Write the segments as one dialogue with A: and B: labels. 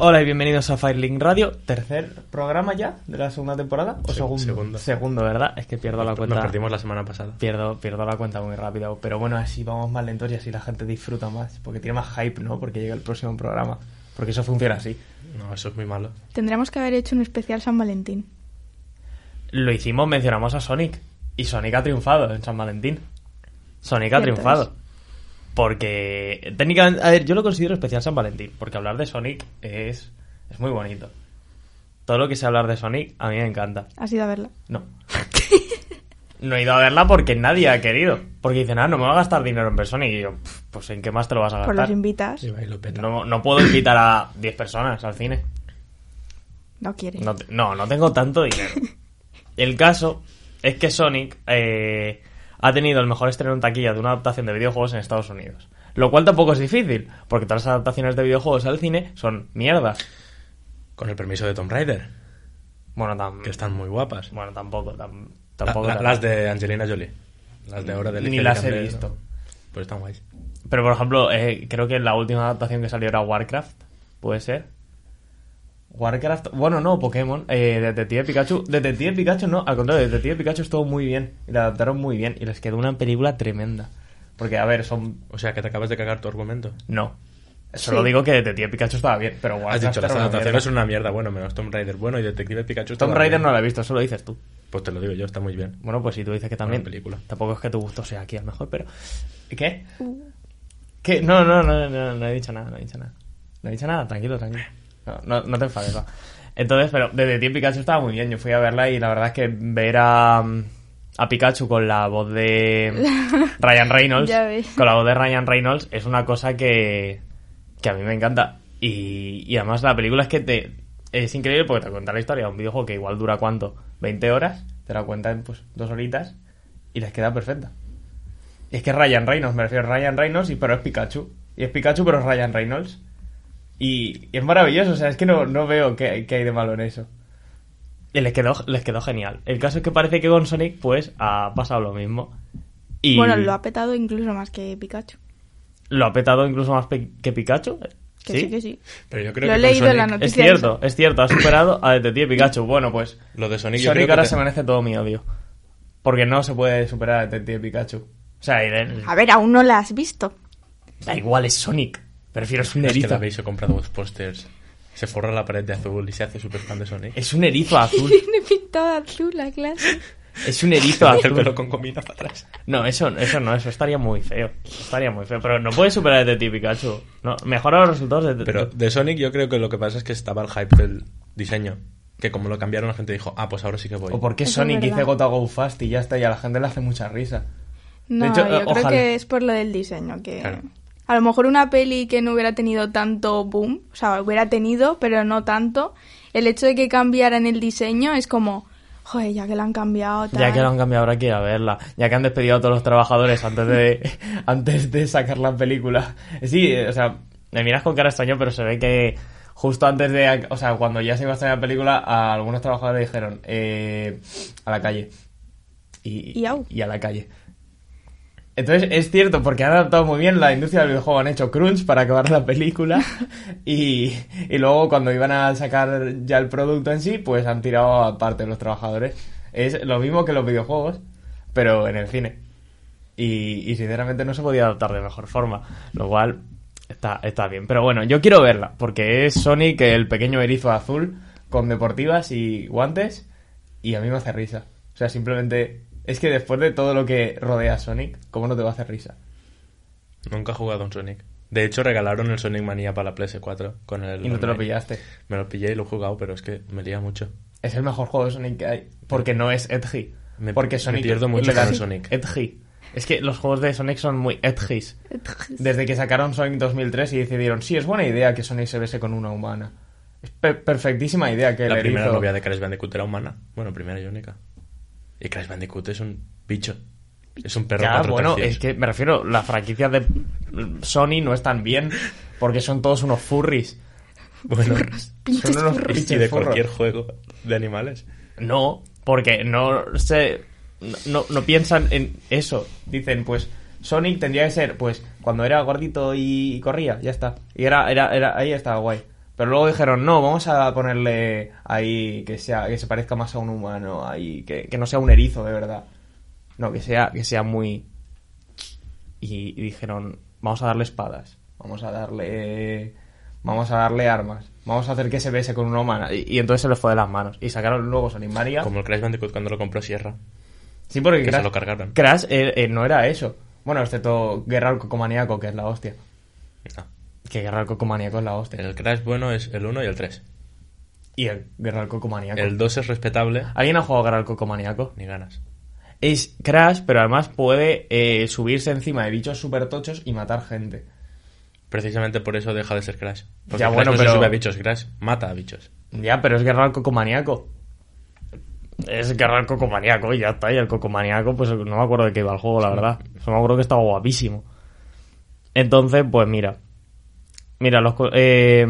A: Hola y bienvenidos a Firelink Radio, tercer programa ya de la segunda temporada o
B: Se-
A: segundo.
B: segundo.
A: ¿verdad? Es que pierdo la
B: Nos
A: cuenta.
B: perdimos la semana pasada.
A: Pierdo, pierdo la cuenta muy rápido, pero bueno, así vamos más lentos y así la gente disfruta más, porque tiene más hype, ¿no? Porque llega el próximo programa, porque eso funciona así.
B: No, eso es muy malo.
C: Tendríamos que haber hecho un especial San Valentín.
A: Lo hicimos, mencionamos a Sonic y Sonic ha triunfado en San Valentín. Sonic ha
C: Cierto
A: triunfado.
C: es.
A: Porque técnicamente, a ver, yo lo considero especial San Valentín, porque hablar de Sonic es es muy bonito. Todo lo que sea hablar de Sonic a mí me encanta.
C: Has ido a verla.
A: No. No he ido a verla porque nadie ha querido. Porque dicen, ah, no me va a gastar dinero en persona. Y yo, "Pf, pues ¿en qué más te lo vas a
C: Pues los
A: gastar?
C: invitas.
B: va y lo peta.
A: No, no puedo invitar a 10 personas al cine.
C: No quieres.
A: No, te- no, no tengo tanto dinero. El caso es que Sonic eh, ha tenido el mejor estreno en taquilla de una adaptación de videojuegos en Estados Unidos. Lo cual tampoco es difícil, porque todas las adaptaciones de videojuegos al cine son mierdas.
B: Con el permiso de Tomb Raider,
A: Bueno, tam-
B: que están muy guapas.
A: bueno tampoco. tam-
B: La-
A: tampoco
B: la-
A: tan-
B: las de Angelina Jolie. Las de ahora de
A: Ni
B: Alicia
A: las he
B: Vikander,
A: visto.
B: Pues están guays.
A: Pero por ejemplo, eh, creo que la última adaptación que salió era Warcraft, puede ser. Warcraft, bueno, no, Pokémon, eh, Detective Pikachu, Detective Pikachu no, al contrario, Detective Pikachu estuvo muy bien, y la adaptaron muy bien, y les quedó una película tremenda. Porque, a ver, son...
B: O sea, que te acabas de cagar tu argumento.
A: No. Solo
C: Sí.
A: digo que Detective Pikachu estaba bien, pero
B: Has
A: Warcraft
B: dicho,
A: era
B: las
A: una mierda.
B: adaptaciones son una mierda. Bueno, menos Tomb Raider. Bueno, y Detective Pikachu. está
A: Tomb
B: bien.
A: Raider no la he visto, eso lo dices tú.
B: Pues te lo digo yo, está muy bien.
A: Bueno, pues si tú dices que también.
B: Buena película.
A: Tampoco es que tu gusto sea aquí a lo mejor, pero. ¿Qué? ¿Qué? No, no, no, no, no he dicho nada, no he dicho nada. No he dicho nada, tranquilo, tranquilo. No, no, no te enfades, va. Entonces, pero desde ti Pikachu estaba muy bien. Yo fui a verla y la verdad es que ver a, a Pikachu con la voz de Ryan Reynolds.
C: Ya ves.
A: Con la voz de Ryan Reynolds es una cosa que, que a mí me encanta. Y, y además la película es que te es increíble porque te cuenta la historia de un videojuego que igual dura cuánto, 20 horas, te la cuenta en pues dos horitas y les queda perfecta. Y es que es Ryan Reynolds, me refiero a Ryan Reynolds, y, pero es Pikachu. Y es Pikachu, pero es Ryan Reynolds. Y, y es maravilloso, o sea, es que no, no veo qué, qué hay de malo en eso. Y les quedó, les quedó genial. El caso es que parece que con Sonic, pues, ha pasado lo mismo. Y
C: Bueno, lo ha petado incluso más que Pikachu.
A: lo ha petado incluso más pe- que Pikachu.
C: Que sí, que sí.
B: Pero yo creo
C: Lo
B: que
C: he
B: con
C: leído en
B: Sonic-
C: la noticia.
A: Es cierto, es cierto, ha superado a Detective Pikachu. Bueno, pues,
B: Lo de Sonic, yo creo
A: Sonic
B: que
A: ahora
B: te-
A: se merece todo mi odio. Porque no se puede superar a Detective Pikachu. O sea, y de-
C: A ver, aún no la has visto.
A: Ah, da igual, es Sonic. Prefiero es un
B: Es que
A: erizo.
B: la habéis comprado dos pósters. Se forra la pared de azul y se hace super fan de Sonic.
A: Es un erizo azul.
C: Tiene pintada azul la clase.
A: Es un erizo
B: el pelo
A: azul.
B: con gomina para atrás.
A: No, eso, eso no, eso estaría muy feo. Estaría muy feo. Pero no puede superar a Detective Pikachu. No, mejora los resultados de
B: Pero de Sonic yo creo que lo que pasa es que estaba el hype del diseño. Que como lo cambiaron la gente dijo, ah, pues ahora sí que voy.
A: O porque
C: Eso es
A: Sonic
C: verdad.
A: dice Gotta Go Fast y ya está, y a la gente le hace mucha risa.
C: No,
A: hecho,
C: yo
A: eh,
C: creo
A: ojalá.
C: que es por lo del diseño. que
B: Claro.
C: A lo mejor una peli que no hubiera tenido tanto boom, o sea, hubiera tenido, pero no tanto. El hecho de que cambiaran el diseño es como, joder, ya que lo han cambiado. Tal.
A: Ya que lo han cambiado ahora que a verla. Ya que han despedido a todos los trabajadores antes de antes de sacar la película. Sí, eh, o sea, me miras con cara extraño, pero se ve que justo antes de, o sea, cuando ya se iba a estrenar la película, a algunos trabajadores dijeron eh, a la calle y,
C: Y au.
A: y a la calle. Entonces es cierto, porque han adaptado muy bien la industria del videojuego, han hecho crunch para acabar la película y, y luego cuando iban a sacar ya el producto en sí, pues han tirado a parte de los trabajadores. Es lo mismo que los videojuegos, pero en el cine. Y, y sinceramente no se podía adaptar de mejor forma, lo cual está, está bien. Pero bueno, yo quiero verla, porque es Sonic el pequeño erizo azul con deportivas y guantes y a mí me hace risa. O sea, simplemente es que después de todo lo que rodea a Sonic, ¿cómo no te va a hacer risa?
B: Nunca he jugado a un Sonic. De hecho, regalaron el Sonic Manía para la PS4 con el.
A: Y no te lo
B: online.
A: pillaste.
B: Me lo pillé y lo he jugado, pero es que me lía mucho.
A: es el mejor juego de Sonic que hay. Porque no es edgy.
B: Me-
A: porque
B: me
A: Sonic
B: pierdo mucho
A: le da
B: con el Sonic.
A: Edgy. Es que los juegos de Sonic son muy edgys. Desde que sacaron Sonic 2003 y decidieron, sí, es buena idea que Sonic se bese con una humana. Es pe- perfectísima idea que
B: La
A: le
B: primera
A: hizo.
B: novia de Crash Bandicoot era humana. Bueno, primera y única. Y Crash Bandicoot es un bicho. Es un perro
A: Ya,
B: cuatro
A: bueno,
B: tercios.
A: es que me refiero, las franquicias de Sony no están bien porque son todos unos furries.
B: Bueno,
C: Pinches
A: son unos
C: furros.
B: y,
A: pinches
B: y de
A: furros.
B: cualquier juego de animales.
A: No, porque no se no, no piensan en eso. Dicen, pues Sonic tendría que ser, pues cuando era gordito y, y corría, ya está. Y era, era, era, ahí estaba guay. Pero luego dijeron, no, vamos a ponerle ahí que sea, que se parezca más a un humano, ahí, que, que no sea un erizo de verdad. No, que sea, que sea muy. Y, y dijeron, vamos a darle espadas, vamos a darle. Vamos a darle armas, vamos a hacer que se bese con una humana. Y, y entonces se le fue de las manos. Y sacaron luego Sonic Mania.
B: Como el Crash Bandicoot cuando lo compró Sierra.
A: Sí, porque
B: Que se
A: Crash,
B: lo cargaron.
A: Crash, eh, eh, no era eso. Bueno, excepto Guerra al Cocomaniaco, que es la hostia.
B: No.
A: Que Guerra al Cocomaniaco es la hostia.
B: El Crash bueno es el 1 y el 3.
A: Y el Guerra al Cocomaniaco.
B: El 2 es respetable.
A: ¿Alguien ha jugado a Guerra al Cocomaniaco?
B: Ni ganas.
A: Es Crash, pero además puede eh, subirse encima de bichos super tochos y matar gente.
B: Precisamente por eso deja de ser Crash. Porque
A: Ya,
B: Crash
A: bueno,
B: no
A: pero-
B: se sube a bichos, Crash mata a bichos.
A: Ya, pero es Guerra al Cocomaniaco. Es Guerra al Cocomaniaco y ya está. Y el Cocomaniaco, pues no me acuerdo de qué iba el juego, la verdad. Solo me acuerdo que estaba guapísimo. Entonces, pues mira. Mira, los... co- eh,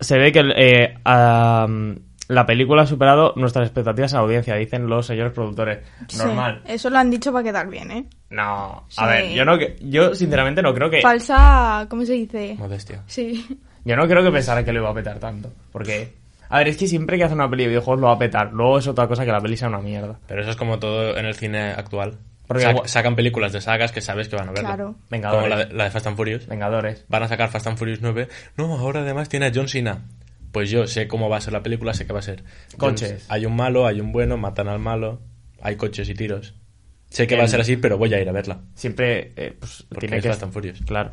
A: se ve que el, eh, am, la película ha superado nuestras expectativas en audiencia, dicen los señores productores.
C: Sí,
A: Normal.
C: eso lo han dicho para quedar bien, ¿eh?
A: No,
C: Sí.
A: a ver, yo no que- yo sinceramente no creo que
C: Falsa, ¿cómo se dice?
B: Modestia.
C: Sí.
A: Yo no creo que pensara que lo iba a petar tanto. Porque. A ver, es que siempre que hace una peli de videojuegos lo va a petar. Luego es otra cosa que la peli sea una mierda.
B: Pero eso es como todo en el cine actual.
A: Porque
B: Sac-
A: gu-
B: sacan películas de sagas que sabes que van a verlo.
C: Claro.
A: Vengadores.
B: Como la de, la de Fast and Furious.
A: Vengadores.
B: Van a sacar Fast and Furious 9. No, ahora además tiene a John Cena. Pues yo sé cómo va a ser la película, sé qué va a ser.
A: Coches.
B: Hay un malo, hay un bueno, matan al malo, hay coches y tiros. Sé que va a
A: El-
B: ser así, pero voy a ir a verla.
A: Siempre. eh, pues,
B: Porque
A: tiene
B: es
A: que.
B: Fast and Furious.
A: Claro.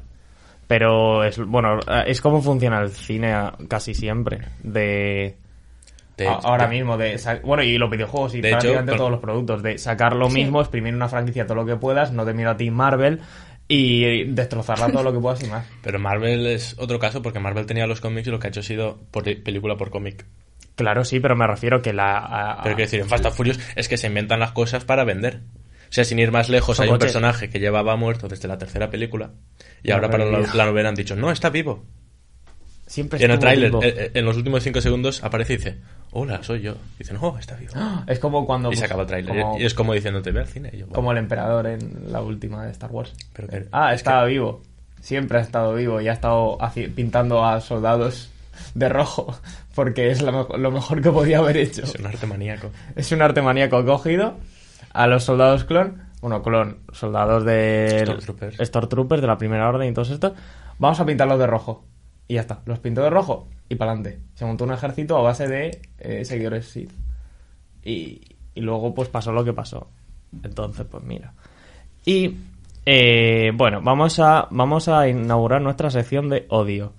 A: Pero es. Bueno, eh, es como funciona el cine ah, casi siempre. De.
B: Te-
A: a- ahora
B: te-
A: mismo, de sa- bueno, y los videojuegos y
B: De hecho,
A: prácticamente
B: con-
A: todos los productos, de sacar lo
C: Sí.
A: mismo, exprimir una franquicia todo lo que puedas, no te miro a ti Marvel y destrozarla todo lo que puedas y más.
B: Pero Marvel es otro caso porque Marvel tenía los cómics y lo que ha hecho ha sido por película por cómic.
A: Claro, sí, pero me refiero que la. a- a-
B: Pero quiero decir, en Fast and Furious es que se inventan las cosas para vender. O sea, sin ir más lejos,
A: Son
B: hay un
A: coches.
B: personaje que llevaba muerto desde la tercera película y
A: No,
B: ahora para la,
A: realidad.
B: la novena han dicho, no, está vivo.
A: siempre
B: Y en el
A: Pues estuvo
B: tráiler,
A: vivo.
B: eh, eh, en los últimos cinco segundos, aparece y dice, hola, soy yo. Y dicen, oh, está vivo.
A: Es como cuando.
B: Y
A: Ah,
B: se
A: pues,
B: acaba el tráiler.
A: como-
B: Y es como diciéndote, ve al cine. Y yo,
A: Como el emperador en la última de Star Wars.
B: Pero que-
A: ah,
B: es
A: estaba
B: que-
A: vivo. Siempre ha estado vivo y ha estado haci- pintando a soldados de rojo porque es la mejo- lo mejor que podía haber hecho.
B: es un arte maníaco.
A: Es un arte maníaco Ha cogido a los soldados clon, bueno, clon, soldados de
B: Stormtroopers.
A: Stormtroopers de la primera orden y todo esto. Vamos a pintarlos de rojo. Y ya está, los pintó de rojo y para adelante. Se montó un ejército a base de eh, seguidores Sith. Y, y luego pues pasó lo que pasó. Entonces, pues mira. Y eh, bueno, vamos a, vamos a inaugurar nuestra sección de odio.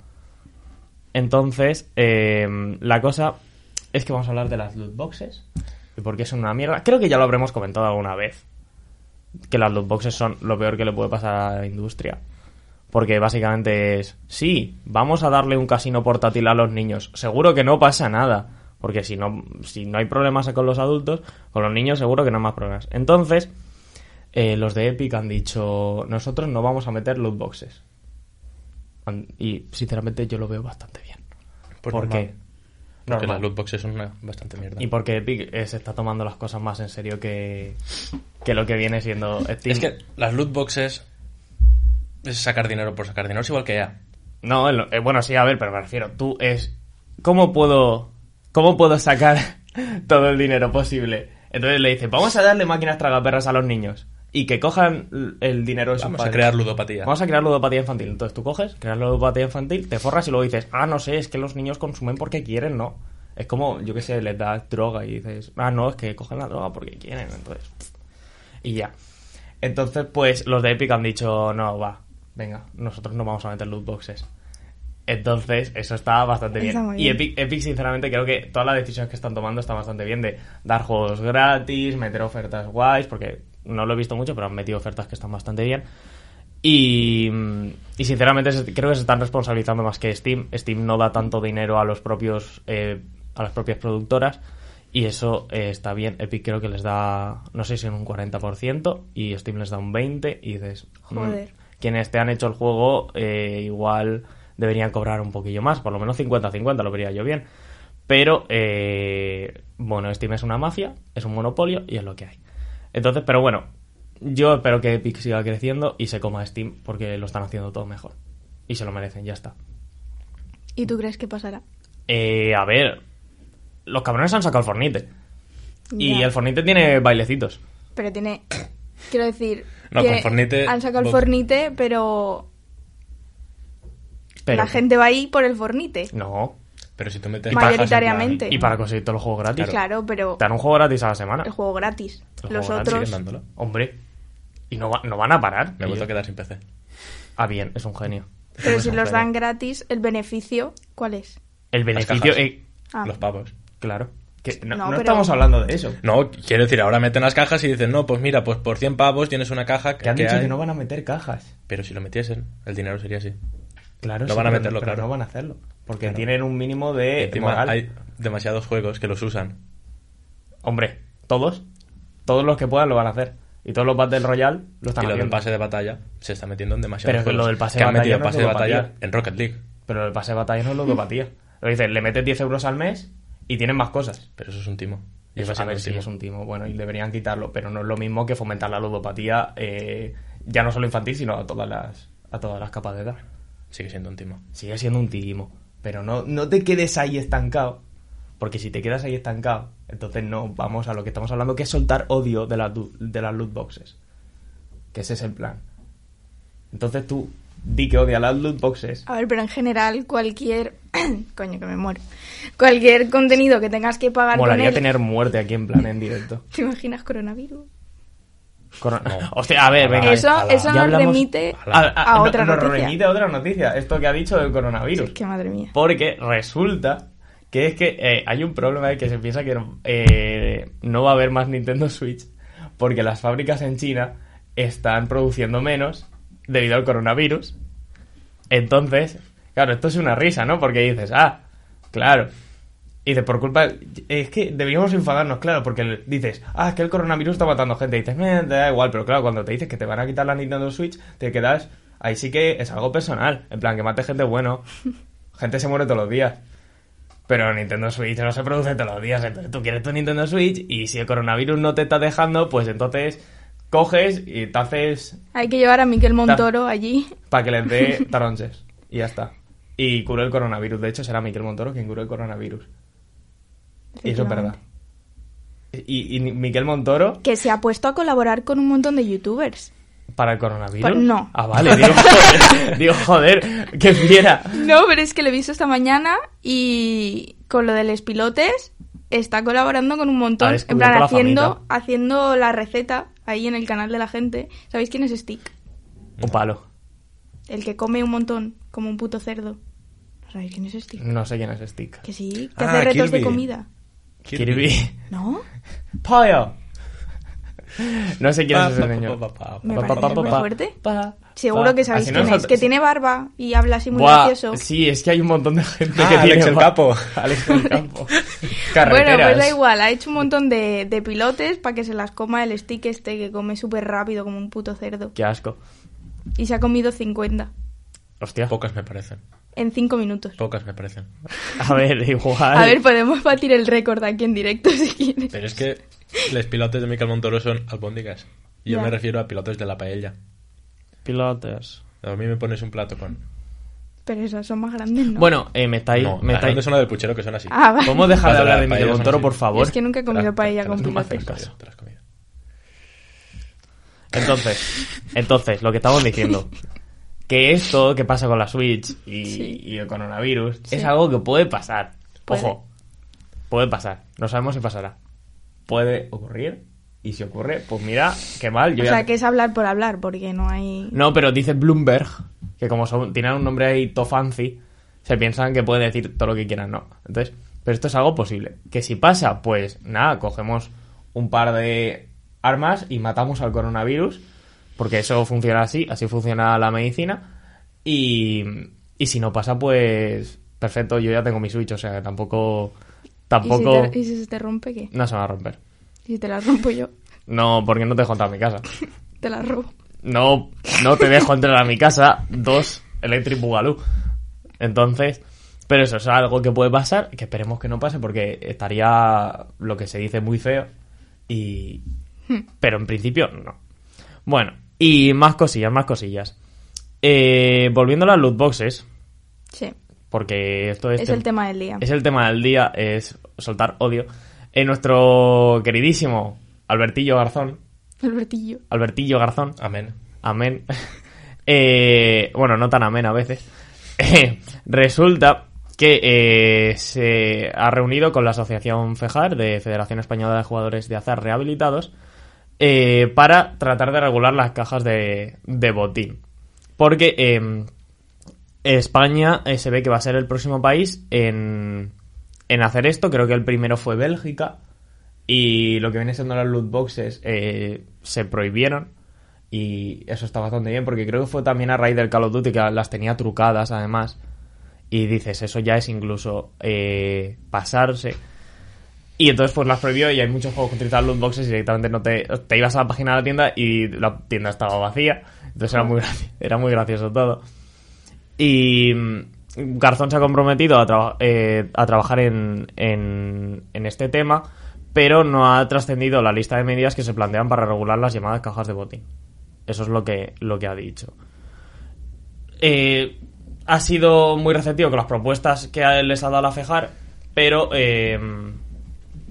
A: Entonces, eh, la cosa es que vamos a hablar de las loot boxes. Y por qué son una mierda. Creo que ya lo habremos comentado alguna vez. Que las loot boxes son lo peor que le puede pasar a la industria. Porque básicamente es, sí, vamos a darle un casino portátil a los niños. Seguro que no pasa nada. Porque si no, si no hay problemas con los adultos, con los niños seguro que no hay más problemas. Entonces, eh, los de Epic han dicho, nosotros no vamos a meter loot boxes. Han- Y sinceramente yo lo veo bastante bien. ¿Por
B: Por Pues normal.
A: qué?
B: Porque
A: Normal.
B: las loot boxes son una bastante mierda.
A: Y porque Epic eh, se está tomando las cosas más en serio que, que lo que viene siendo Steam.
B: Es que las loot boxes es sacar dinero por sacar dinero. Es igual que E EA.
A: No, el- eh, bueno, sí, a ver, pero me refiero, tú es... ¿Cómo puedo, cómo puedo sacar todo el dinero posible? Entonces le dice, vamos a darle máquinas tragaperras a los niños y que cojan l- el dinero de sus
B: Vamos a
A: padres.
B: crear ludopatía.
A: Vamos a crear ludopatía infantil. Entonces tú coges, creas ludopatía infantil, te forras y luego dices, ah, no sé, es que los niños consumen porque quieren, ¿no? Es como, yo qué sé, les das droga y dices, ah, no, es que cogen la droga porque quieren, entonces. pff, Y ya. Entonces, pues los de Epic han dicho, no, va, venga, nosotros no vamos a meter loot boxes. Entonces, eso está bastante bien.
C: Está muy
A: y
C: bien.
A: Epic, Epic, sinceramente, creo que todas las decisiones que están tomando están bastante bien de dar juegos gratis, meter ofertas guays, porque no lo he visto mucho, pero han metido ofertas que están bastante bien. Y, mm, y sinceramente se- creo que se están responsabilizando más que Steam. Steam no da tanto dinero a los propios eh, a las propias productoras y eso eh, está bien. Epic creo que les da, no sé si en un 40% y Steam les da un 20% y dices, mm,
C: Joder.
A: quienes te han hecho el juego eh, igual deberían cobrar un poquillo más, por lo menos 50-50 lo vería yo bien. Pero, eh, bueno, Steam es una mafia, es un monopolio y es lo que hay. Entonces, pero bueno, yo espero que Epic siga creciendo y se coma a Steam porque lo están haciendo todo mejor. Y se lo merecen, ya está.
C: ¿Y tú crees que pasará?
A: Eh, a ver, los cabrones han sacado el Fornite. Y
C: Ya.
A: el Fornite tiene bailecitos.
C: Pero tiene. Quiero decir.
B: No,
C: tiene-
B: con Fornite-
C: Han sacado el
B: vos-
C: Fornite, pero,
A: Pero
C: La gente va ahí por el Fornite.
A: No.
B: Pero si tú metes.
C: Y para- Mayoritariamente.
A: Y para conseguir todos los juegos gratis.
C: Claro, pero.
A: Te dan un juego gratis a la semana.
C: El juego gratis.
A: El
C: Los
A: juego gratis,
C: otros.
B: siguen dándolo.
A: Hombre. Y no, va- no van a parar.
B: Me he
A: Y
B: vuelto
A: yo-
B: a quedar sin PC.
A: Ah, bien, es un genio.
C: Pero
A: Es
C: si
A: un
C: los
A: genio.
C: dan gratis, ¿el beneficio cuál es?
A: El
B: Las
A: beneficio...
B: cajas.
A: eh,
C: Ah.
B: Los pavos.
A: claro. Que no
C: No,
A: no
C: pero-
A: estamos hablando de eso.
B: No, quiero decir, ahora meten las cajas y dicen, no, pues mira, pues por 100 pavos tienes una caja que,
A: Que han
B: que
A: dicho
B: hay".
A: que no van a meter cajas.
B: Pero si lo metiesen, el dinero sería así.
A: Claro,
B: No
A: sí,
B: van a
A: pero-
B: meterlo,
A: pero
B: claro.
A: no van a hacerlo. Porque
B: Claro.
A: tienen un mínimo
B: Y
A: de
B: encima
A: Eh, moral.
B: hay demasiados juegos que los usan.
A: Hombre, todos. Todos los que puedan lo van a hacer. Y todos los Battle Royale lo
B: Y
A: están
B: lo del
A: haciendo.
B: pase de batalla se está metiendo en demasiados
A: Pero que
B: juegos.
A: lo del pase
B: que
A: de
B: han
A: batalla
B: metido
A: no es
B: pase de
A: ludopatía.
B: batalla en Rocket League.
A: Pero el pase de batalla no es ludopatía. Lo dicen, le metes 10 euros al mes y tienes más cosas.
B: Pero eso es un timo. Y
A: Y
B: eso
A: a ver si es un timo. Bueno, y deberían quitarlo, pero no es lo mismo que fomentar la ludopatía, eh, ya no solo infantil, sino a todas las, a todas las capas de edad.
B: Sigue siendo un timo.
A: Sigue siendo un timo. Pero no, no te quedes ahí estancado. Porque si te quedas ahí estancado, entonces no vamos a lo que estamos hablando, que es soltar odio de las, du- de las loot boxes. Que ese es el plan. Entonces tú di que odia las loot boxes.
C: A ver, pero en general, cualquier. Coño, que me muero. Cualquier contenido que tengas que pagar con
A: Molaría
C: él.
A: tener muerte aquí en plan, en directo.
C: ¿Te imaginas coronavirus?
A: Corona-
B: No.
A: Hostia, a ver, venga.
C: eso
B: ala.
C: eso
A: Ya
C: nos
A: hablamos-
C: remite
B: ala.
C: a,
A: no-
C: otra
A: nos
C: noticia.
A: remite a otra noticia, esto que ha dicho del coronavirus.
C: Es que madre mía.
A: Porque resulta que es que eh, hay un problema de que se piensa que no- eh, no va a haber más Nintendo Switch porque las fábricas en China están produciendo menos debido al coronavirus. Entonces, claro, esto es una risa, ¿no? Porque dices, ah, claro. Y dices, por culpa... Es que deberíamos enfadarnos, claro, porque el- dices, ah, es que el coronavirus está matando gente. Y dices, "Meh, te da igual, pero claro, cuando te dices que te van a quitar la Nintendo Switch, te quedas... Ahí sí que es algo personal. En plan, que mate gente bueno. Gente se muere todos los días. Pero Nintendo Switch no se produce todos los días. Entonces tú quieres tu Nintendo Switch y si el coronavirus no te está dejando, pues entonces coges y te haces
C: Hay que llevar a Miquel Montoro allí.
A: para que les dé taronches. Y ya está. Y curó el coronavirus. De hecho, será Miquel Montoro quien curó el coronavirus. Y eso es verdad. Y, y Miquel Montoro
C: Que se ha puesto a colaborar con un montón de youtubers.
A: para el coronavirus.
C: Pues no.
A: Ah, vale. Digo, joder, digo, joder, que fiera.
C: No, pero es que lo he visto esta mañana y con lo de los pilotes está colaborando con un
A: Ha
C: montón. En
A: descubierto
C: plan,
A: la
C: haciendo,
A: famita.
C: haciendo la receta ahí en el canal de la gente. ¿Sabéis quién es Stick?
A: Un palo.
C: El que come un montón, como un puto cerdo. ¿No sabéis quién es Stick?
A: No sé quién es Stick.
C: Que sí, que
B: Ah,
C: hace retos de
B: Kirby.
C: comida.
A: Kirby.
C: ¿No?
A: ¡Pollo! No sé quién
B: Pa,
A: es ese
B: pa,
A: señor.
B: pa, pa, pa,
C: Me
B: pa, pa,
C: parece
B: pa,
C: muy
B: pa.
C: fuerte.
A: Pa,
C: Seguro
A: pa.
C: que sabéis
A: Así no
C: quién
A: nos
C: es. Que
A: falta-
C: tiene barba y habla así muy
A: Buah,
C: gracioso.
A: Sí, es que hay un montón de gente
B: Ah,
A: que tiene
B: Alex el
A: barba.
B: Capo.
A: Alex el Capo.
C: Bueno,
A: Carreteras.
C: pues da igual, ha hecho un montón de, de pilotes para que se las coma el stick este que come súper rápido como un puto cerdo.
A: Qué asco.
C: Y se ha comido 50
A: Hostia.
B: Pocas me parecen.
C: en 5 minutos.
B: Pocas me parecen.
A: A ver, igual.
C: A ver, podemos batir el récord aquí en directo si quieres.
B: Pero es que los pilotes de Miquel Montoro son albóndigas. Y yo
C: Ya.
B: me refiero a pilotes de la paella.
A: Pilotes.
B: A mí me pones un plato con...
C: Pero esas son más grandes, ¿no?
A: Bueno, eh, me estáis.
B: no,
A: me
B: las
A: estáis...
B: grandes son las del puchero que son así.
C: Ah, vale.
A: ¿Podemos dejar de
B: Las de la
A: hablar de Miguel
B: paella son
A: Montoro,
B: así.
A: por
C: Yo
A: favor?
C: es que nunca he
B: Te
C: comido
B: las-
C: paella
B: te
C: con
B: las-
A: no me haces
C: pilotes.
B: te las-
A: caso.
B: te las comí.
A: Entonces, entonces, lo que estamos diciendo. Que esto que pasa con la Switch y,
C: Sí.
A: y el coronavirus
C: Sí.
A: es algo que puede pasar.
C: Puede.
A: Ojo, puede pasar. No sabemos si pasará. Puede ocurrir. Y si ocurre, pues mira, qué mal. Yo
C: O
A: ya-
C: sea, que es hablar por hablar, porque no hay...
A: No, pero dice Bloomberg, que como son, tienen un nombre ahí to fancy, se piensan que pueden decir todo lo que quieran, no. Entonces, pero esto es algo posible. Que si pasa, pues nada, cogemos un par de armas y matamos al coronavirus, porque eso funciona así, así funciona la medicina. Y, y si no pasa, pues perfecto, yo ya tengo mi Switch, o sea, que tampoco... Tampoco...
C: ¿Y si, te- y si se te rompe qué?
A: No se va a romper.
C: ¿Y si te la rompo yo?
A: No, porque no te dejo entrar a mi casa.
C: Te la robo.
A: No, no te dejo entrar a mi casa. Dos, Electric Boogaloo. Entonces, pero eso es algo que puede pasar, que esperemos que no pase, porque estaría lo que se dice muy feo. Y.
C: Hmm.
A: Pero en principio, no. Bueno, y más cosillas, más cosillas. Eh, volviendo a las loot boxes,
C: Sí.
A: porque esto
C: Es el tema del día.
A: este es el tema del día, es soltar odio. En nuestro queridísimo Albertillo Garzón,
C: Albertillo.
A: Albertillo Garzón,
B: Amén.
A: amén. Eh, bueno, no tan amén a veces. resulta que eh, se ha reunido con la Asociación FEJAR, de Federación Española de Jugadores de Azar Rehabilitados, eh, para tratar de regular las cajas de, de botín. Porque eh, España eh, se ve que va a ser el próximo país en, en hacer esto. Creo que el primero fue Bélgica. Y lo que viene siendo las loot boxes eh, se prohibieron. Y eso está bastante bien, porque creo que fue también a raíz del Call of Duty que las tenía trucadas, además. Y dices, eso ya es incluso eh, pasarse. Y entonces pues las prohibió y hay muchos juegos que utilizan loot boxes y directamente no te... Te ibas a la página de la tienda y la tienda estaba vacía. Entonces era muy, graci- era muy gracioso todo. Y mm, Garzón se ha comprometido a, traba- eh, a trabajar en, en, en este tema, pero no ha trascendido la lista de medidas que se plantean para regular las llamadas cajas de botín. Eso es lo que, lo que ha dicho. Eh, ha sido muy receptivo con las propuestas que a él les ha dado la FEJAR, pero, eh,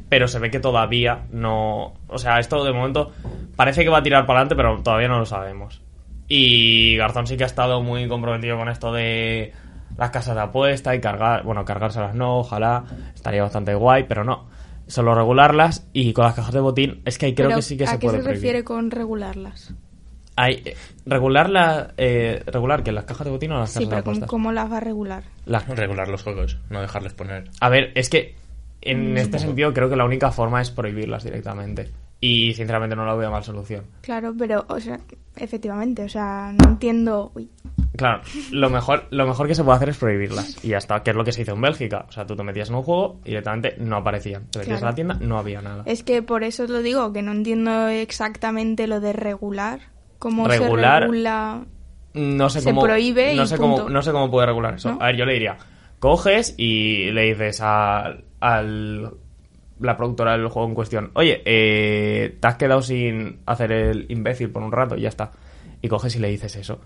A: pero se ve que todavía no... O sea, esto de momento parece que va a tirar para adelante, pero todavía no lo sabemos. Y Garzón sí que ha estado muy comprometido con esto de las casas de apuesta y cargar, bueno, cargárselas no, ojalá, estaría bastante guay, pero no. Solo regularlas y con las cajas de botín es que ahí creo
C: Pero,
A: que sí que
C: ¿A
A: se
C: qué
A: puede
C: se
A: prohibir.
C: refiere con regularlas?
A: Hay, eh, regular la eh, regular que las cajas de botín o las
C: Sí,
A: cajas de
C: pero ¿cómo,
A: apuestas.
C: cómo las va a regular?
A: Las-
B: Ah, Regular los juegos, no dejarles poner.
A: a ver, es que en este sentido creo que la única forma es prohibirlas directamente y sinceramente no la veo mal solución.
C: Claro, pero, o sea, efectivamente, o sea, no entiendo... Uy,
A: Claro, lo mejor lo mejor que se puede hacer es prohibirlas y ya está, que es lo que se hizo en Bélgica, o sea, tú te metías en un juego y directamente no aparecían. Te metías en
C: Claro.
A: la tienda, no había nada.
C: es que por eso os lo digo, que no entiendo exactamente lo de regular. ¿Cómo
A: Regular,
C: se regula?
A: No sé
C: Se
A: cómo.
C: prohíbe y
A: no sé cómo
C: punto.
A: No sé cómo puede regular eso.
C: ¿No?
A: A ver, yo le diría: coges y le dices a, al- la productora del juego en cuestión, oye, eh, te has quedado sin hacer el imbécil por un rato y ya está. Y coges y le dices eso.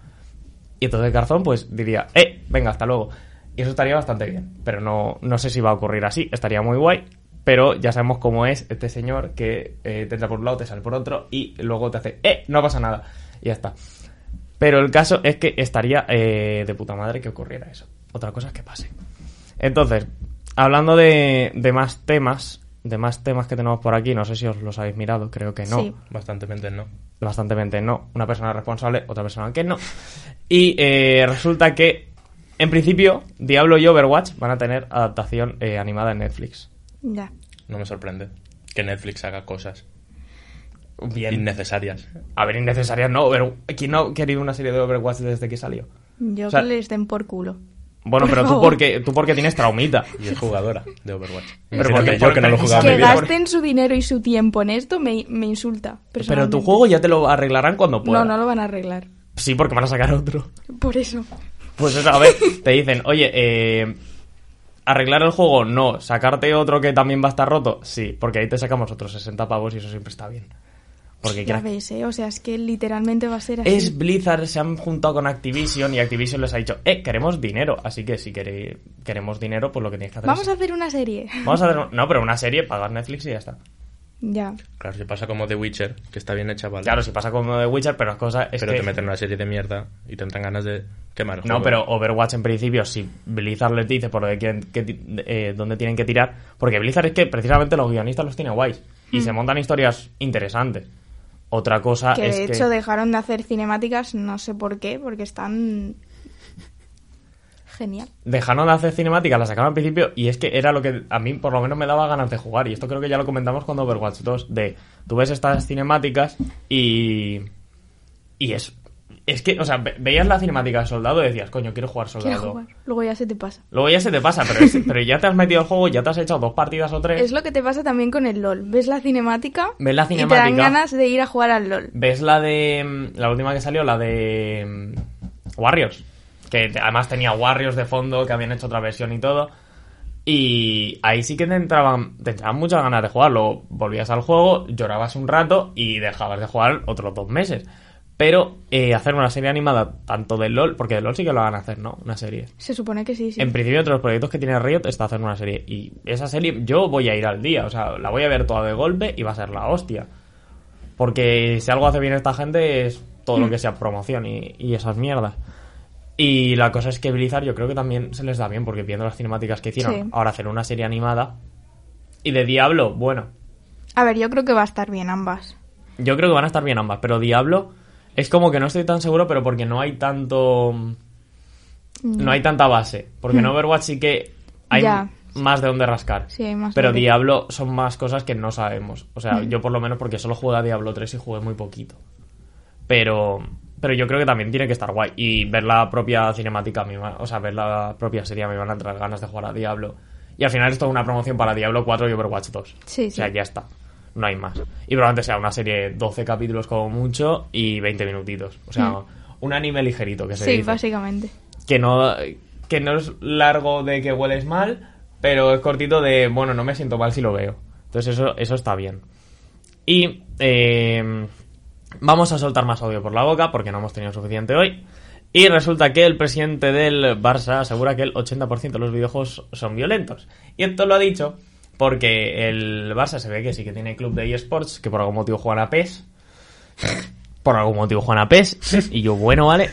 A: Y entonces Garzón pues diría, eh, venga, hasta luego. Y eso estaría bastante bien. Pero no, no sé si va a ocurrir así. Estaría muy guay. Pero ya sabemos cómo es este señor que eh, te entra por un lado, te sale por otro y luego te hace, eh, no pasa nada. Y ya está. Pero el caso es que estaría eh, de puta madre que ocurriera eso. Otra cosa es que pase. Entonces, hablando de, de más temas, de más temas que tenemos por aquí, no sé si os los habéis mirado, creo que no
C: Sí.
B: Bastante mente no.
A: bastantemente no. Una persona responsable, otra persona que no. Y eh, resulta que, en principio, Diablo y Overwatch van a tener adaptación eh, animada en Netflix.
C: Ya.
B: No me sorprende que Netflix haga cosas
A: Bien.
B: innecesarias.
A: A ver, innecesarias no. Over- ¿Quién no ha querido una serie de Overwatch desde que salió?
C: Yo
A: O sea-
C: que les den por culo.
A: Bueno,
C: Por
A: pero tú
C: favor.
A: porque, tú porque tienes traumita.
B: Y es jugadora de Overwatch.
A: Pero porque-
B: Imagínate yo que no lo
A: porque-
B: jugaba en
C: que
B: mi vida.
C: gasten su dinero y su tiempo en esto me, me insulta.
A: Pero tu
C: personalmente.
A: juego ya te lo arreglarán cuando
C: No,
A: puedan.
C: no lo van a arreglar.
A: Sí, porque van a sacar otro.
C: Por eso.
A: Pues eso, a ver, te dicen, oye, eh, arreglar el juego, no. Sacarte otro que también va a estar roto, sí, porque ahí te sacamos otros 60 pavos y eso siempre está bien. Porque
C: Ya
A: crack,
C: ves, ¿eh? O sea, es que literalmente va a ser así.
A: es Blizzard, se han juntado con Activision y Activision les ha dicho, eh, queremos dinero. Así que si quere- queremos dinero, pues lo que tienes que hacer
C: Vamos
A: es...
C: a hacer una serie.
A: Vamos a hacer... No, pero una serie, pagar Netflix y ya está.
C: ya.
B: Claro, si pasa como The Witcher, que está bien hecha, vale.
A: Claro, si pasa como The Witcher, pero las cosas es
B: pero
A: que...
B: te meten en una serie de mierda y tendrán ganas de quemar el
A: No,
B: juego.
A: pero Overwatch en principio, si Blizzard les dice por de quién- qué ti- eh, dónde tienen que tirar, porque Blizzard es que precisamente los guionistas los tiene guays y se montan historias interesantes. Otra cosa
C: Mm. que de
A: Ah, es que...
C: hecho dejaron de hacer cinemáticas, no sé por qué, porque están Genial.
A: Dejaron de hacer cinemática, la sacaron al principio y es que era lo que a mí por lo menos me daba ganas de jugar. Y esto creo que ya lo comentamos cuando Overwatch 2, de tú ves estas cinemáticas y... Y es... Es que, o sea, ve- veías la cinemática de soldado y decías, coño, quiero jugar soldado.
C: Quiero jugar. Luego ya se te pasa.
A: Luego ya se te pasa, pero, es- pero ya te has metido al juego, ya te has echado dos partidas o tres.
C: Es lo que te pasa también con el LOL. Ves la cinemática,
A: Eh. Ves la
C: y te dan
A: cinemática.
C: ganas de ir a jugar al LOL.
A: ¿Ves la de. mm, La última que salió, la de. mm, Warriors? Que te- además tenía Warriors de fondo, que habían hecho otra versión y todo. Y ahí sí que te entraban, te entraban muchas ganas de jugarlo. Volvías al juego, llorabas un rato y dejabas de jugar otros dos meses. Pero eh, hacer una serie animada tanto de LOL, porque de LOL sí que lo van a hacer, ¿no? Una serie.
C: Se supone que sí, sí.
A: En principio, entre los proyectos que tiene Riot está haciendo una serie. Y esa serie yo voy a ir al día. O sea, la voy a ver toda de golpe y va a ser la hostia. Porque si algo hace bien esta gente es todo
C: Mm.
A: lo que sea promoción y, y esas mierdas. Y la cosa es que Blizzard yo creo que también se les da bien porque viendo las cinemáticas que hicieron,
C: Sí.
A: ahora hacer una serie animada. Y de Diablo, bueno,
C: A ver, yo creo que va a estar bien ambas.
A: yo creo que van a estar bien ambas, pero Diablo es como que no estoy tan seguro, pero porque no hay tanto. No hay tanta base. Porque en Overwatch sí que hay
C: Hmm. Ya.
A: más de dónde rascar.
C: Sí, hay más Hmm.
A: pero
C: dónde.
A: Diablo son más cosas que no sabemos. O sea, yo por lo menos porque solo jugué a Diablo 3 y jugué muy poquito. Pero. Pero yo creo que también tiene que estar guay. Y ver la propia cinemática, a mí me- o sea, ver la propia serie, me van a entrar ganas de jugar a Diablo. Y al final esto es una promoción para Diablo 4 y Overwatch 2.
C: Sí, sí.
A: O sea, ya está. No hay más. Y probablemente sea una serie 12 capítulos como mucho y 20 minutitos. O sea,
C: Mm.
A: un anime ligerito que se
C: Sí,
A: dice.
C: básicamente.
A: Que no, que no es largo de que hueles mal, pero es cortito de, bueno, no me siento mal si lo veo. Entonces eso, eso está bien. Y eh, vamos a soltar más audio por la boca porque no hemos tenido suficiente hoy. Y resulta que el presidente del Barça asegura que el 80% de los videojuegos son violentos. Y esto lo ha dicho porque el Barça se ve que sí que tiene club de eSports, que por algún motivo juegan a PES. Por algún motivo juegan a PES. Y yo, bueno, vale.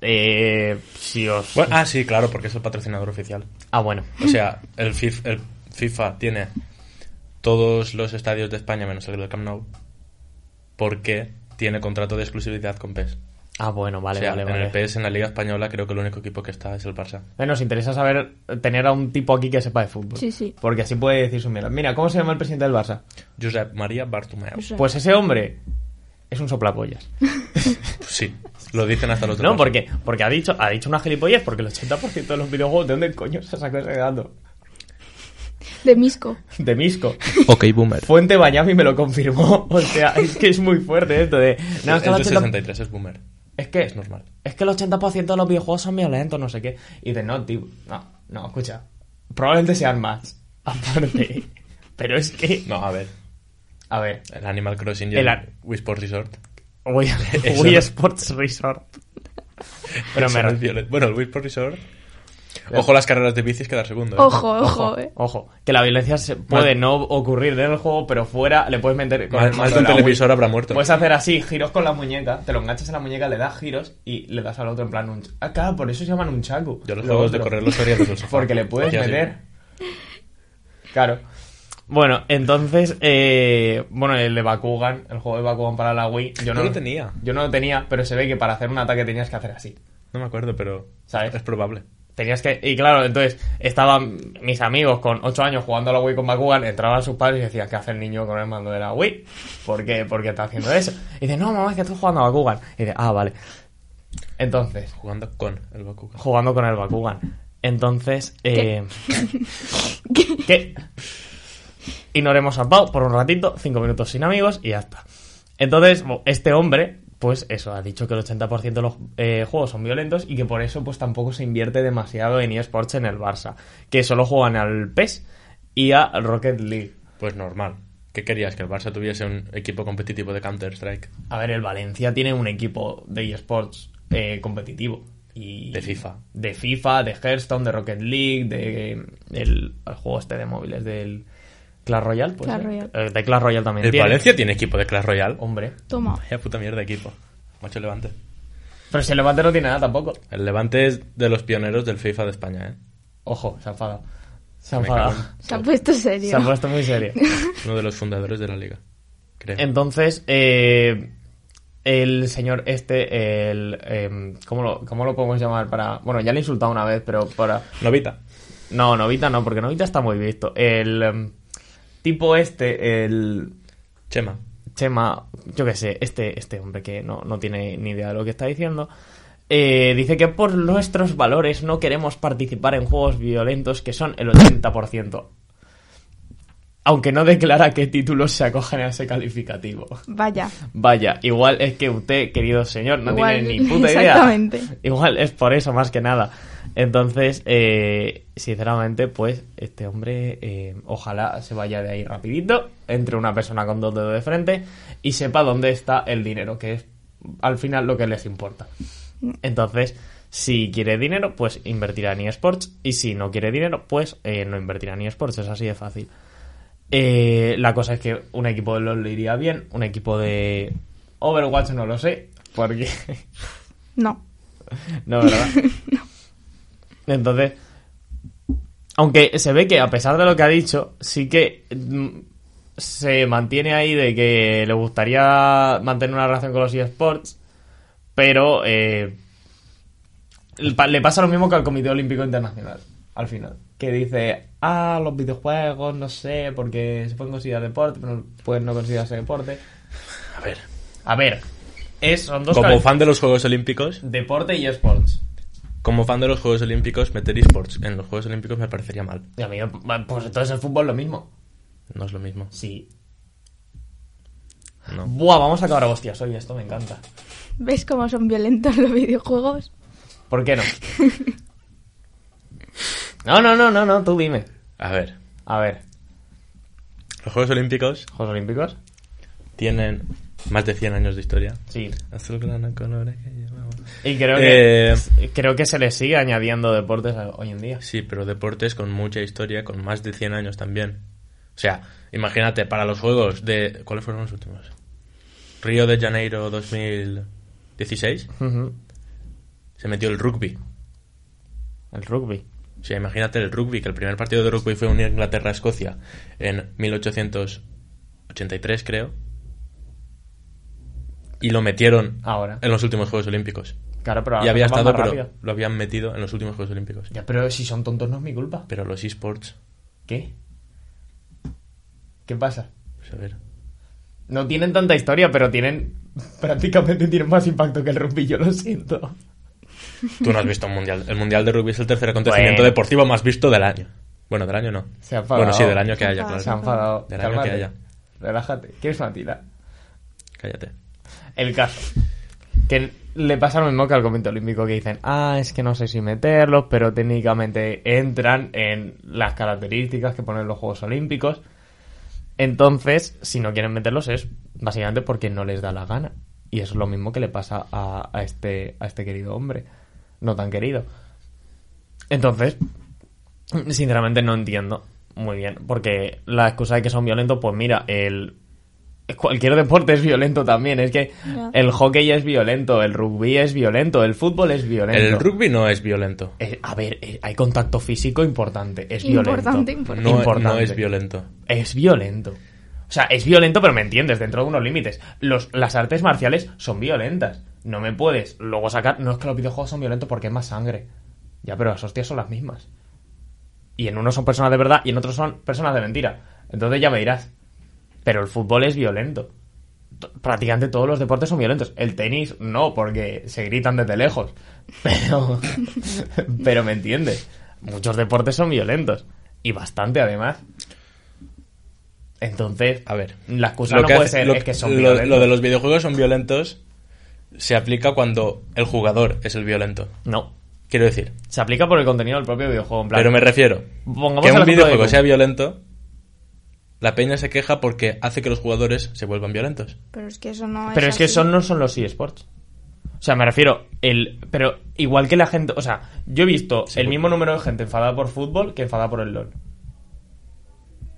A: Eh, si os...
B: Bueno, ah, sí, claro, porque es el patrocinador oficial.
A: Ah, bueno.
B: O sea, el FIFA, el FIFA tiene todos los estadios de España menos el del Camp Nou porque tiene contrato de exclusividad con PES.
A: Ah, bueno,
B: O
A: vale,
B: sea,
A: vale,
B: en
A: vale.
B: el PES, en la Liga Española, creo que el único equipo que está es el Barça.
A: Eh, Nos interesa saber tener a un tipo aquí que sepa de fútbol.
C: Sí, sí.
A: Porque así puede decir su mierda. Mira, ¿cómo se llama el presidente del Barça?
B: Josep María Bartomeu.
C: Josep.
A: Pues ese hombre es un soplapollas.
B: Pues Sí, lo dicen hasta los
A: No,
B: demás.
A: porque porque ha dicho ha dicho una gilipollas porque el 80% de los videojuegos de dónde coño se sacó ese dato?
C: De Misco.
A: De Misco.
B: Ok, boomer.
A: Fuente Miami me lo confirmó. O sea, es que es muy fuerte esto de no, es, que el 80
B: es de 63, es boomer.
A: es que
B: Es normal.
A: Es que el 80% de los videojuegos son violentos, no sé qué. Y dices, no, tío, no, no, escucha. Probablemente sean más. Aparte. Pero es que
B: No, a ver,
A: A ver,
B: el Animal Crossing y
A: El
B: el,
A: a-
B: Wii Sports Resort.
A: Wii,
B: Eso
A: Wii
B: no.
A: Sports Resort. Pero
B: Eso
A: me
B: no
A: re-
B: es violen- Bueno, el Wii Sports Resort... Ojo las carreras de bicis quedar segundo. ¿eh?
C: Ojo, ojo, eh.
A: Ojo, que la violencia se puede no ocurrir en el juego, pero fuera le puedes meter con
B: Más,
A: el
B: más
A: mando
B: de un
A: de la Wii.
B: televisor habrá muerto.
A: Puedes hacer así, giros con la muñeca, te lo enganchas a la muñeca, le das giros y le das al otro en plan un... Ah, claro, por eso se llaman un chaco.
B: Yo los
A: Lo
B: juegos de
A: otro.
B: correr los haría desde el sofá.
A: Porque le puedes
B: Hacía así.
A: meter. Claro. Bueno, entonces, eh, bueno, el de Bakugan, el juego de Bakugan para la Wii, yo no
B: Yo lo tenía.
A: Yo no lo tenía, pero se ve que para hacer un ataque tenías que hacer así.
B: No me acuerdo, pero
A: ¿Sabes?
B: es probable.
A: Tenías que. Y claro, entonces estaban mis amigos con 8 años jugando a la Wii con Bakugan, entraban sus padres y decían: ¿Qué hace el niño con el mando de la Wii? ¿Por qué, ¿Por qué está haciendo eso? Y dice: No, mamá, es que estoy jugando a Bakugan. Y dice: Ah, vale. Entonces,
B: Jugando con el Bakugan.
A: jugando con el Bakugan. Entonces, eh. ¿Qué? Ignoremos a Pau por un ratito, 5 minutos sin amigos y ya está. Entonces, bo- este hombre, pues eso, ha dicho que el 80% de los eh, juegos son violentos y que por eso pues tampoco se invierte demasiado en eSports en el Barça. Que solo juegan al PES y a Rocket League.
B: Pues normal. ¿Qué querías? ¿Que el Barça tuviese un equipo competitivo de Counter-Strike?
A: A ver, el Valencia tiene un equipo de eSports eh, competitivo. Y
B: De FIFA.
A: De FIFA, de Hearthstone, de Rocket League, de el, el juego este de móviles del Clash Royale. pues,
C: Clash
A: eh,
C: Royale.
A: eh, de Clash Royale también.
B: ¿El
A: tiene.
B: Valencia tiene equipo de Clash Royale?
A: Hombre.
C: Toma.
B: Vaya puta mierda de equipo. Macho Levante.
A: Pero si el Levante no tiene nada tampoco.
B: El Levante es de los pioneros del FIFA de España, ¿eh?
A: Ojo, se ha enfadado. Se ha
B: Me cago
A: enfadado.
C: Se ha puesto
A: Pues, Se
C: serio.
A: ha puesto muy serio.
B: Uno de los fundadores de la liga. Creo.
A: Entonces, eh, el señor este, el... em, ¿cómo, lo, ¿Cómo lo podemos llamar para...? Bueno, ya le he insultado una vez, pero para...
B: Novita.
A: No, Novita no, porque Novita está muy visto. El em, tipo este, el...
B: Chema.
A: Chema, yo qué sé, este, este hombre que no, no tiene ni idea de lo que está diciendo, eh, dice que por nuestros valores no queremos participar en juegos violentos que son el 80%. Aunque no declara qué títulos se acogen a ese calificativo.
C: Vaya.
A: Vaya, igual es que usted, querido señor, no
C: Igual,
A: tiene ni puta idea.
C: exactamente.
A: Igual es por eso, más que nada. Entonces, eh, sinceramente, pues este hombre eh, ojalá se vaya de ahí rapidito, entre una persona con dos dedos de frente y sepa dónde está el dinero, que es al final lo que les importa. Entonces, si quiere dinero, pues invertirá en eSports y si no quiere dinero, pues eh, no invertirá en eSports, es así de fácil. Eh, la cosa es que un equipo de LoL le iría bien, un equipo de Overwatch no lo sé, porque...
C: No.
A: no, ¿verdad? Entonces, aunque se ve que a pesar de lo que ha dicho, sí que mm, se mantiene ahí de que le gustaría mantener una relación con los eSports, pero eh, le pa- le pasa lo mismo que al Comité Olímpico Internacional, al final. Que dice, ah, los videojuegos, no sé, porque se pueden considerar deporte, pero no- pueden no considerarse deporte.
B: A ver.
A: A ver, es, son dos
B: Como
A: cali-
B: fan de los Juegos Olímpicos,
A: deporte y esports.
B: como fan de los Juegos Olímpicos, meter esports en los Juegos Olímpicos me parecería mal.
A: Y a mí, pues entonces el fútbol lo mismo.
B: No es lo mismo.
A: Sí.
B: No.
A: Buah, vamos a acabar a hostias hoy, esto me encanta.
C: ¿Ves cómo son violentos los videojuegos?
A: ¿Por qué no? No, no, no, no, no, tú dime.
B: A ver.
A: A ver,
B: Los Juegos Olímpicos
A: ¿Juegos Olímpicos?
B: tienen más de 100 años de historia.
A: Sí.
B: Azul, grana, colores que llevamos.
A: Y creo que,
B: Eh.
A: creo que se le sigue añadiendo deportes a- hoy en día.
B: Sí, pero deportes con mucha historia, con más de 100 años también. O sea, imagínate, para los juegos de... ¿Cuáles fueron los últimos? Río de Janeiro 2016
A: Ujú.
B: se metió el rugby.
A: El rugby.
B: O sea, imagínate el rugby, que el primer partido de rugby fue un Inglaterra-Escocia en 1883, creo. Y lo metieron
A: Ahora.
B: en los últimos Juegos Olímpicos.
A: Claro, pero
B: y
A: ahora
B: había
A: van
B: estado,
A: Ah, pues más
B: pero
A: rápido.
B: lo habían metido en los últimos Juegos Olímpicos.
A: Ya, pero si son tontos no es mi culpa.
B: Pero los esports,
A: ¿Qué? ¿Qué pasa?
B: pues a ver.
A: No tienen tanta historia, pero tienen... Prácticamente tienen más impacto que el rugby, yo lo siento.
B: Tú no has visto un mundial. El mundial de rugby es el tercer acontecimiento
A: Bueno.
B: deportivo más visto del año. Bueno, del año no.
A: Se ha enfadado.
B: Bueno, sí, del año que
C: Se ha
B: haya,
C: enfadado.
A: Se
B: claro.
A: ha enfadado.
B: Del año que
A: Cálmate.
B: haya.
A: Relájate. ¿Quieres una tira?
B: Cállate.
A: El caso. Que le pasa lo mismo que al Comité Olímpico que dicen, ah, es que no sé si meterlos, pero técnicamente entran en las características que ponen los Juegos Olímpicos. Entonces, si no quieren meterlos es básicamente porque no les da la gana. Y eso es lo mismo que le pasa a, a este, a este querido hombre. No tan querido. Entonces, sinceramente no entiendo muy bien. Porque la excusa de que son violentos, pues mira, el... Cualquier deporte es violento también. Es que
C: Ya.
A: el hockey es violento, el rugby es violento, el fútbol es violento.
B: El rugby no es violento.
A: Eh, a ver, eh, hay contacto físico importante. Es violento.
C: Importante, importante.
B: No, no
A: Importante.
B: es violento.
A: Es violento. O sea, es violento, pero me entiendes, dentro de unos límites. Los, las artes marciales son violentas. No me puedes luego sacar. No es que los videojuegos son violentos porque es más sangre. Ya, pero las hostias son las mismas. Y en unos son personas de verdad y en otros son personas de mentira. Entonces ya me dirás. Pero el fútbol es violento. T- Prácticamente todos los deportes son violentos. El tenis no, porque se gritan desde lejos. Pero, pero me entiendes. Muchos deportes son violentos. Y bastante además. Entonces,
B: A ver.
A: La excusa no puede
B: hace-
A: ser
B: lo-
A: es que son
B: lo,
A: violentos.
B: lo de los videojuegos son violentos se aplica cuando el jugador es el violento.
A: No.
B: Quiero decir.
A: Se aplica por el contenido del propio videojuego. En plan,
B: Pero me refiero.
A: Pongamos
B: que
A: el
B: un
A: ejemplo de
B: videojuego
A: Doom.
B: sea violento, la peña se queja porque hace que los jugadores se vuelvan violentos.
C: Pero es que eso no es.
A: Pero es que
C: así.
A: son no son los eSports. O sea, me refiero, el pero igual que la gente, o sea, yo he visto
B: Sí,
A: el
B: porque-
A: mismo número de gente enfadada por fútbol que enfadada por el LOL.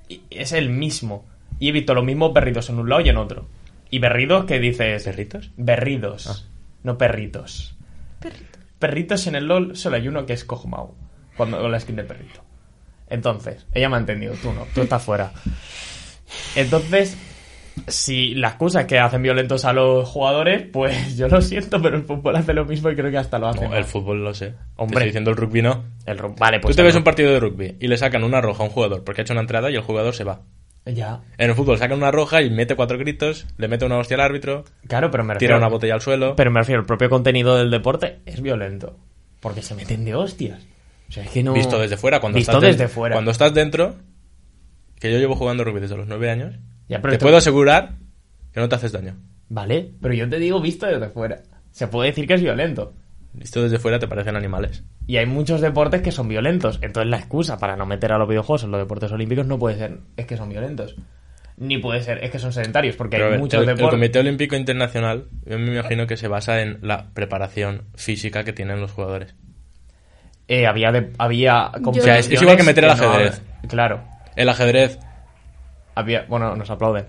A: Y es el mismo. Y he visto los mismos berridos en un lado y en otro. Y berridos que dices...
B: ¿Perritos?
A: Berridos.
B: Ah.
A: No perritos.
C: Perrito.
A: Perritos en el LOL solo hay uno que es Kog'Maw. Cuando con la skin de perrito. Entonces, ella me ha entendido, tú no, tú estás fuera. Entonces, si las cosas que hacen violentos a los jugadores, pues yo lo siento, pero el fútbol hace lo mismo y creo que hasta lo hace.
B: No,
A: mal.
B: el fútbol lo sé.
A: Hombre.
B: Hombre. Estoy diciendo el rugby no.
A: El ru- Vale,
B: Tú
A: pues.
B: te ves un
A: también.
B: partido de rugby y le sacan una roja a un jugador porque ha hecho una entrada y el jugador se va.
A: Ya.
B: En el fútbol sacan una roja y mete cuatro gritos, le mete una hostia al árbitro,
A: Claro, pero me refiero.
B: tira una botella al suelo.
A: Pero me refiero, el propio contenido del deporte es violento. Porque se meten de hostias. O sea, es que no.
B: Visto desde fuera. Cuando
A: Visto
B: estás
A: desde
B: dentro-
A: fuera.
B: Cuando estás dentro, que yo llevo jugando rugby desde los nueve años,
A: Ya, pero
B: te
A: esto-
B: puedo asegurar que no te haces daño.
A: Vale, pero yo te digo visto desde fuera. Se puede decir que es violento.
B: Visto desde fuera te parecen animales.
A: Y hay muchos deportes que son violentos. Entonces la excusa para no meter a los videojuegos en los deportes olímpicos no puede ser es que son violentos. Ni puede ser es que son sedentarios, porque
B: Pero a
A: hay
B: ver,
A: muchos
B: el, el
A: deportes...
B: Comité Olímpico Internacional, yo me imagino que se basa en la preparación física que tienen los jugadores.
A: Eh, había... de- había
C: O sea, es-
B: es igual que meter el
A: competiciones no
B: ajedrez.
A: hablan. claro.
B: El ajedrez,
A: Había... Bueno, nos aplauden.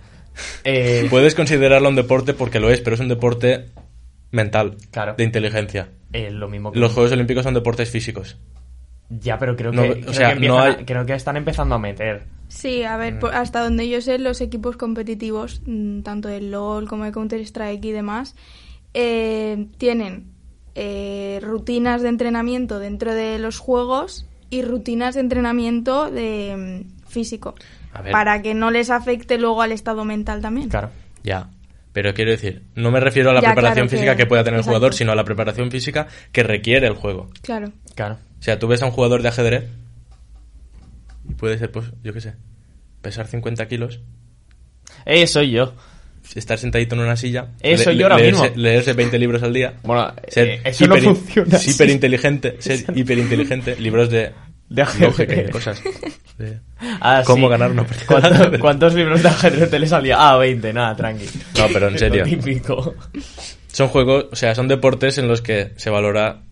A: Eh,
B: puedes considerarlo un deporte porque lo es, pero es un deporte mental,
A: Claro.
B: de inteligencia.
A: eh, lo mismo que...
B: Los Juegos Olímpicos son deportes físicos.
A: Ya, pero creo que,
B: No, o
A: creo,
B: sea,
A: que empiezan
B: no
A: a-
B: hay-
A: creo que están empezando a meter.
C: Sí, a
B: Mm.
C: ver, por- hasta donde yo sé, los equipos competitivos, mm, tanto del LOL como de Counter-Strike y demás, eh, tienen eh, rutinas de entrenamiento dentro de los juegos y rutinas de entrenamiento de mm, físico.
B: A ver.
C: Para que no les afecte luego al estado mental también.
A: Claro.
B: Ya. Pero quiero decir, no me refiero a la
C: Ya,
B: preparación
C: claro que-
B: física que, pueda tener
C: exacto.
B: el jugador, sino a la preparación física que requiere el juego.
C: Claro.
A: Claro.
B: O sea, tú ves a un jugador de ajedrez y puede ser, pues, yo qué sé, pesar 50 kilos,
A: Eh, soy yo.
B: estar sentadito en una silla,
A: Eso yo ahora
B: leerse,
A: mismo.
B: leerse 20 libros al día,
A: Bueno,
B: ser
A: eh, eso no funciona así.
B: hiperinteligente, ser hiperinteligente, libros de,
A: De ajedrez.
B: lógica y de cosas. De-
A: Ah,
B: ¿Cómo
A: sí.
B: ganar una partida?
A: ¿Cuánto- ¿Cuántos libros de ajedrez te le salía? Ah, 20, nada, tranqui.
B: No, pero en serio.
A: Lo típico.
B: Son juegos, o sea, son deportes en los que se valora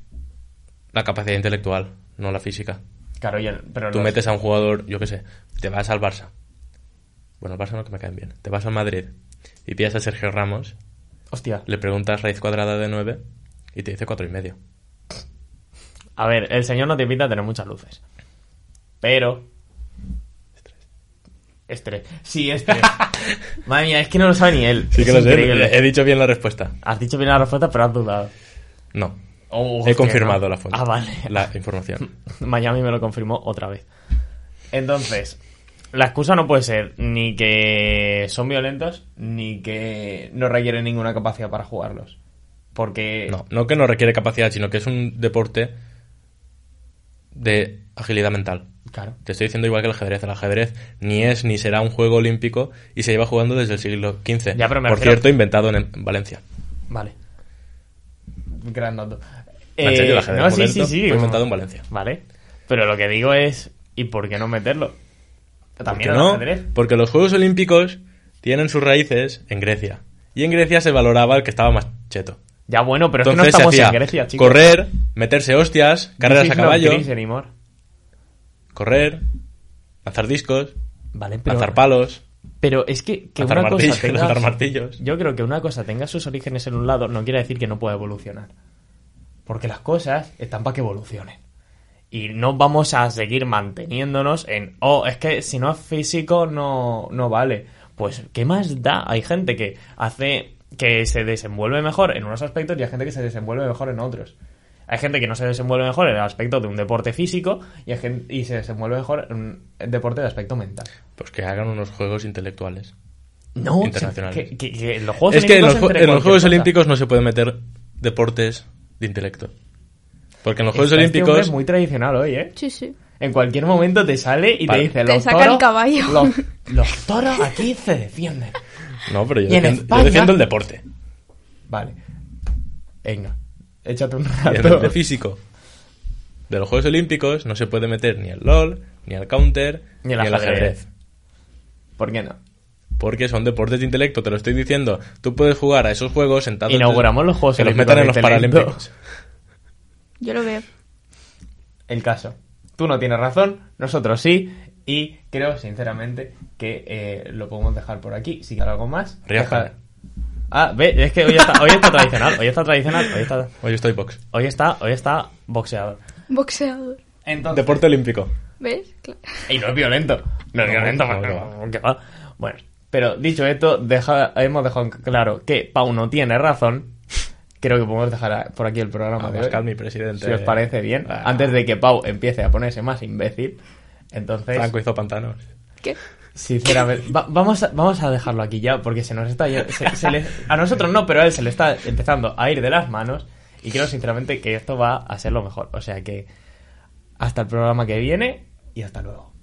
B: la capacidad intelectual, no la física.
A: Claro, yo- pero
B: Tú
A: los-
B: metes a un jugador, yo qué sé, te vas al Barça. Bueno, al Barça no que me caen bien. Te vas al Madrid y pillas a Sergio Ramos,
A: Hostia.
B: le preguntas raíz cuadrada de 9 y te dice cuatro y medio.
A: A ver, el señor no te invita a tener muchas luces. Pero. Estrés. Sí, estrés. Madre mía, es que no lo sabe ni él.
B: Sí
A: Es
B: que lo sé,
A: increíble.
B: he dicho bien la respuesta.
A: Has dicho bien la respuesta, pero has dudado.
B: No,
A: Oh,
B: He
A: hostia,
B: confirmado
A: no.
B: la fuente.
A: Ah, vale.
B: La información.
A: Miami me lo confirmó otra vez. Entonces, la excusa no puede ser ni que son violentos, ni que no requieren ninguna capacidad para jugarlos. Porque...
B: No, no que no requiere capacidad, sino que es un deporte de agilidad mental.
A: Claro.
B: Te estoy diciendo igual que el ajedrez. El ajedrez ni es ni será un juego olímpico y se lleva jugando desde el siglo XV.
A: Ya, pero me
B: Por
A: refiero-
B: cierto, inventado en, en Valencia.
A: Vale. Gran dato. Eh,
B: En serio, el ajedrez
A: no, sí, sí,
B: moderno
A: sí.
B: fue inventado en Valencia.
A: Vale. Pero lo que digo es... ¿Y por qué no meterlo? También
B: ¿Por
A: el
B: qué no?
A: ajedrez.
B: Porque los Juegos Olímpicos tienen sus raíces en Grecia. Y en Grecia se valoraba el que estaba más cheto.
A: Ya bueno, pero es que no
B: Entonces se
A: estamos
B: hacía
A: en Grecia, chicos.
B: correr, meterse hostias, carreras
A: This
B: a
A: is not
B: caballo,
A: Greece anymore.
B: correr, lanzar discos,
A: Vale, pero...
B: lanzar palos.
A: Pero es que, que
B: Lanzar
A: una cosa
B: martillos,
A: tenga-
B: lanzar martillos.
A: Yo creo que una cosa tenga sus orígenes en un lado no quiere decir que no pueda evolucionar. Porque las cosas están para que evolucionen. Y no vamos a seguir manteniéndonos en, oh, es que si no es físico no, no vale. Pues, ¿qué más da? Hay gente que hace que se desenvuelve mejor en unos aspectos y hay gente que se desenvuelve mejor en otros. Hay gente que no se desenvuelve mejor en el aspecto de un deporte físico y, hay gen- y se desenvuelve mejor en un deporte de aspecto mental.
B: Pues que hagan unos juegos intelectuales.
A: No,
B: internacionales.
A: Que, que- que en los Juegos
B: Es que en los,
A: Olímpicos
B: ju-
A: entre
B: en los
A: cualquier
B: Juegos
A: cosa.
B: Olímpicos no se puede meter deportes de intelecto. Porque en los Juegos
A: Está este hombre
B: Olímpicos
A: muy tradicional hoy, ¿eh?
C: Sí, sí.
A: En cualquier momento te sale y
B: Vale.
A: te dice
C: Te
A: los
C: saca el
A: toros,
C: caballo".
A: Los, los toros aquí se defienden.
B: No, pero yo,
A: Y en
B: defiendo, yo
A: España-
B: defiendo el deporte.
A: Vale. Venga, échate un
B: Y el deporte
A: rato.
B: físico. De los Juegos Olímpicos no se puede meter ni el LOL, ni el Counter,
A: Ni
B: ni
A: el
B: el,
A: ajedrez.
B: ajedrez.
A: ¿Por qué no?
B: Porque son deportes de intelecto, te lo estoy diciendo. Tú puedes jugar a esos juegos sentado.
A: Inauguramos los Juegos
B: Que los
A: Olímpicos
B: metan en
A: de
B: los
A: intelecto.
B: Paralímpicos.
C: Yo lo veo.
A: El caso. Tú no tienes razón, nosotros sí. Y creo, sinceramente, que eh, lo podemos dejar por aquí. Si quieres algo más...
B: Rioja.
A: deja- Ah, ve, es que hoy está, hoy está tradicional, hoy está tradicional, hoy está...
B: Hoy estoy box.
A: Hoy está, hoy está boxeador.
C: Boxeador.
A: Entonces,
B: Deporte olímpico.
C: ¿Ves? Claro.
A: Y no es violento. No es
B: No,
A: violento,
B: no,
A: no,
B: no.
A: no, que va. Bueno, Pero dicho esto, deja, hemos dejado claro que Pau no tiene razón. Creo que podemos dejar por aquí el programa de hoy,
B: Vamos, Calmi, presidente.
A: Si os parece bien.
B: Ah.
A: Antes de que Pau empiece a ponerse más imbécil. Entonces,
B: Franco hizo pantanos.
C: ¿Qué?
A: sinceramente, va- vamos, a, vamos a dejarlo aquí ya porque se nos está... ya- se- se le- a nosotros no, pero a él se le está empezando a ir de las manos. Y creo sinceramente que esto va a ser lo mejor. O sea que hasta el programa que viene y hasta luego.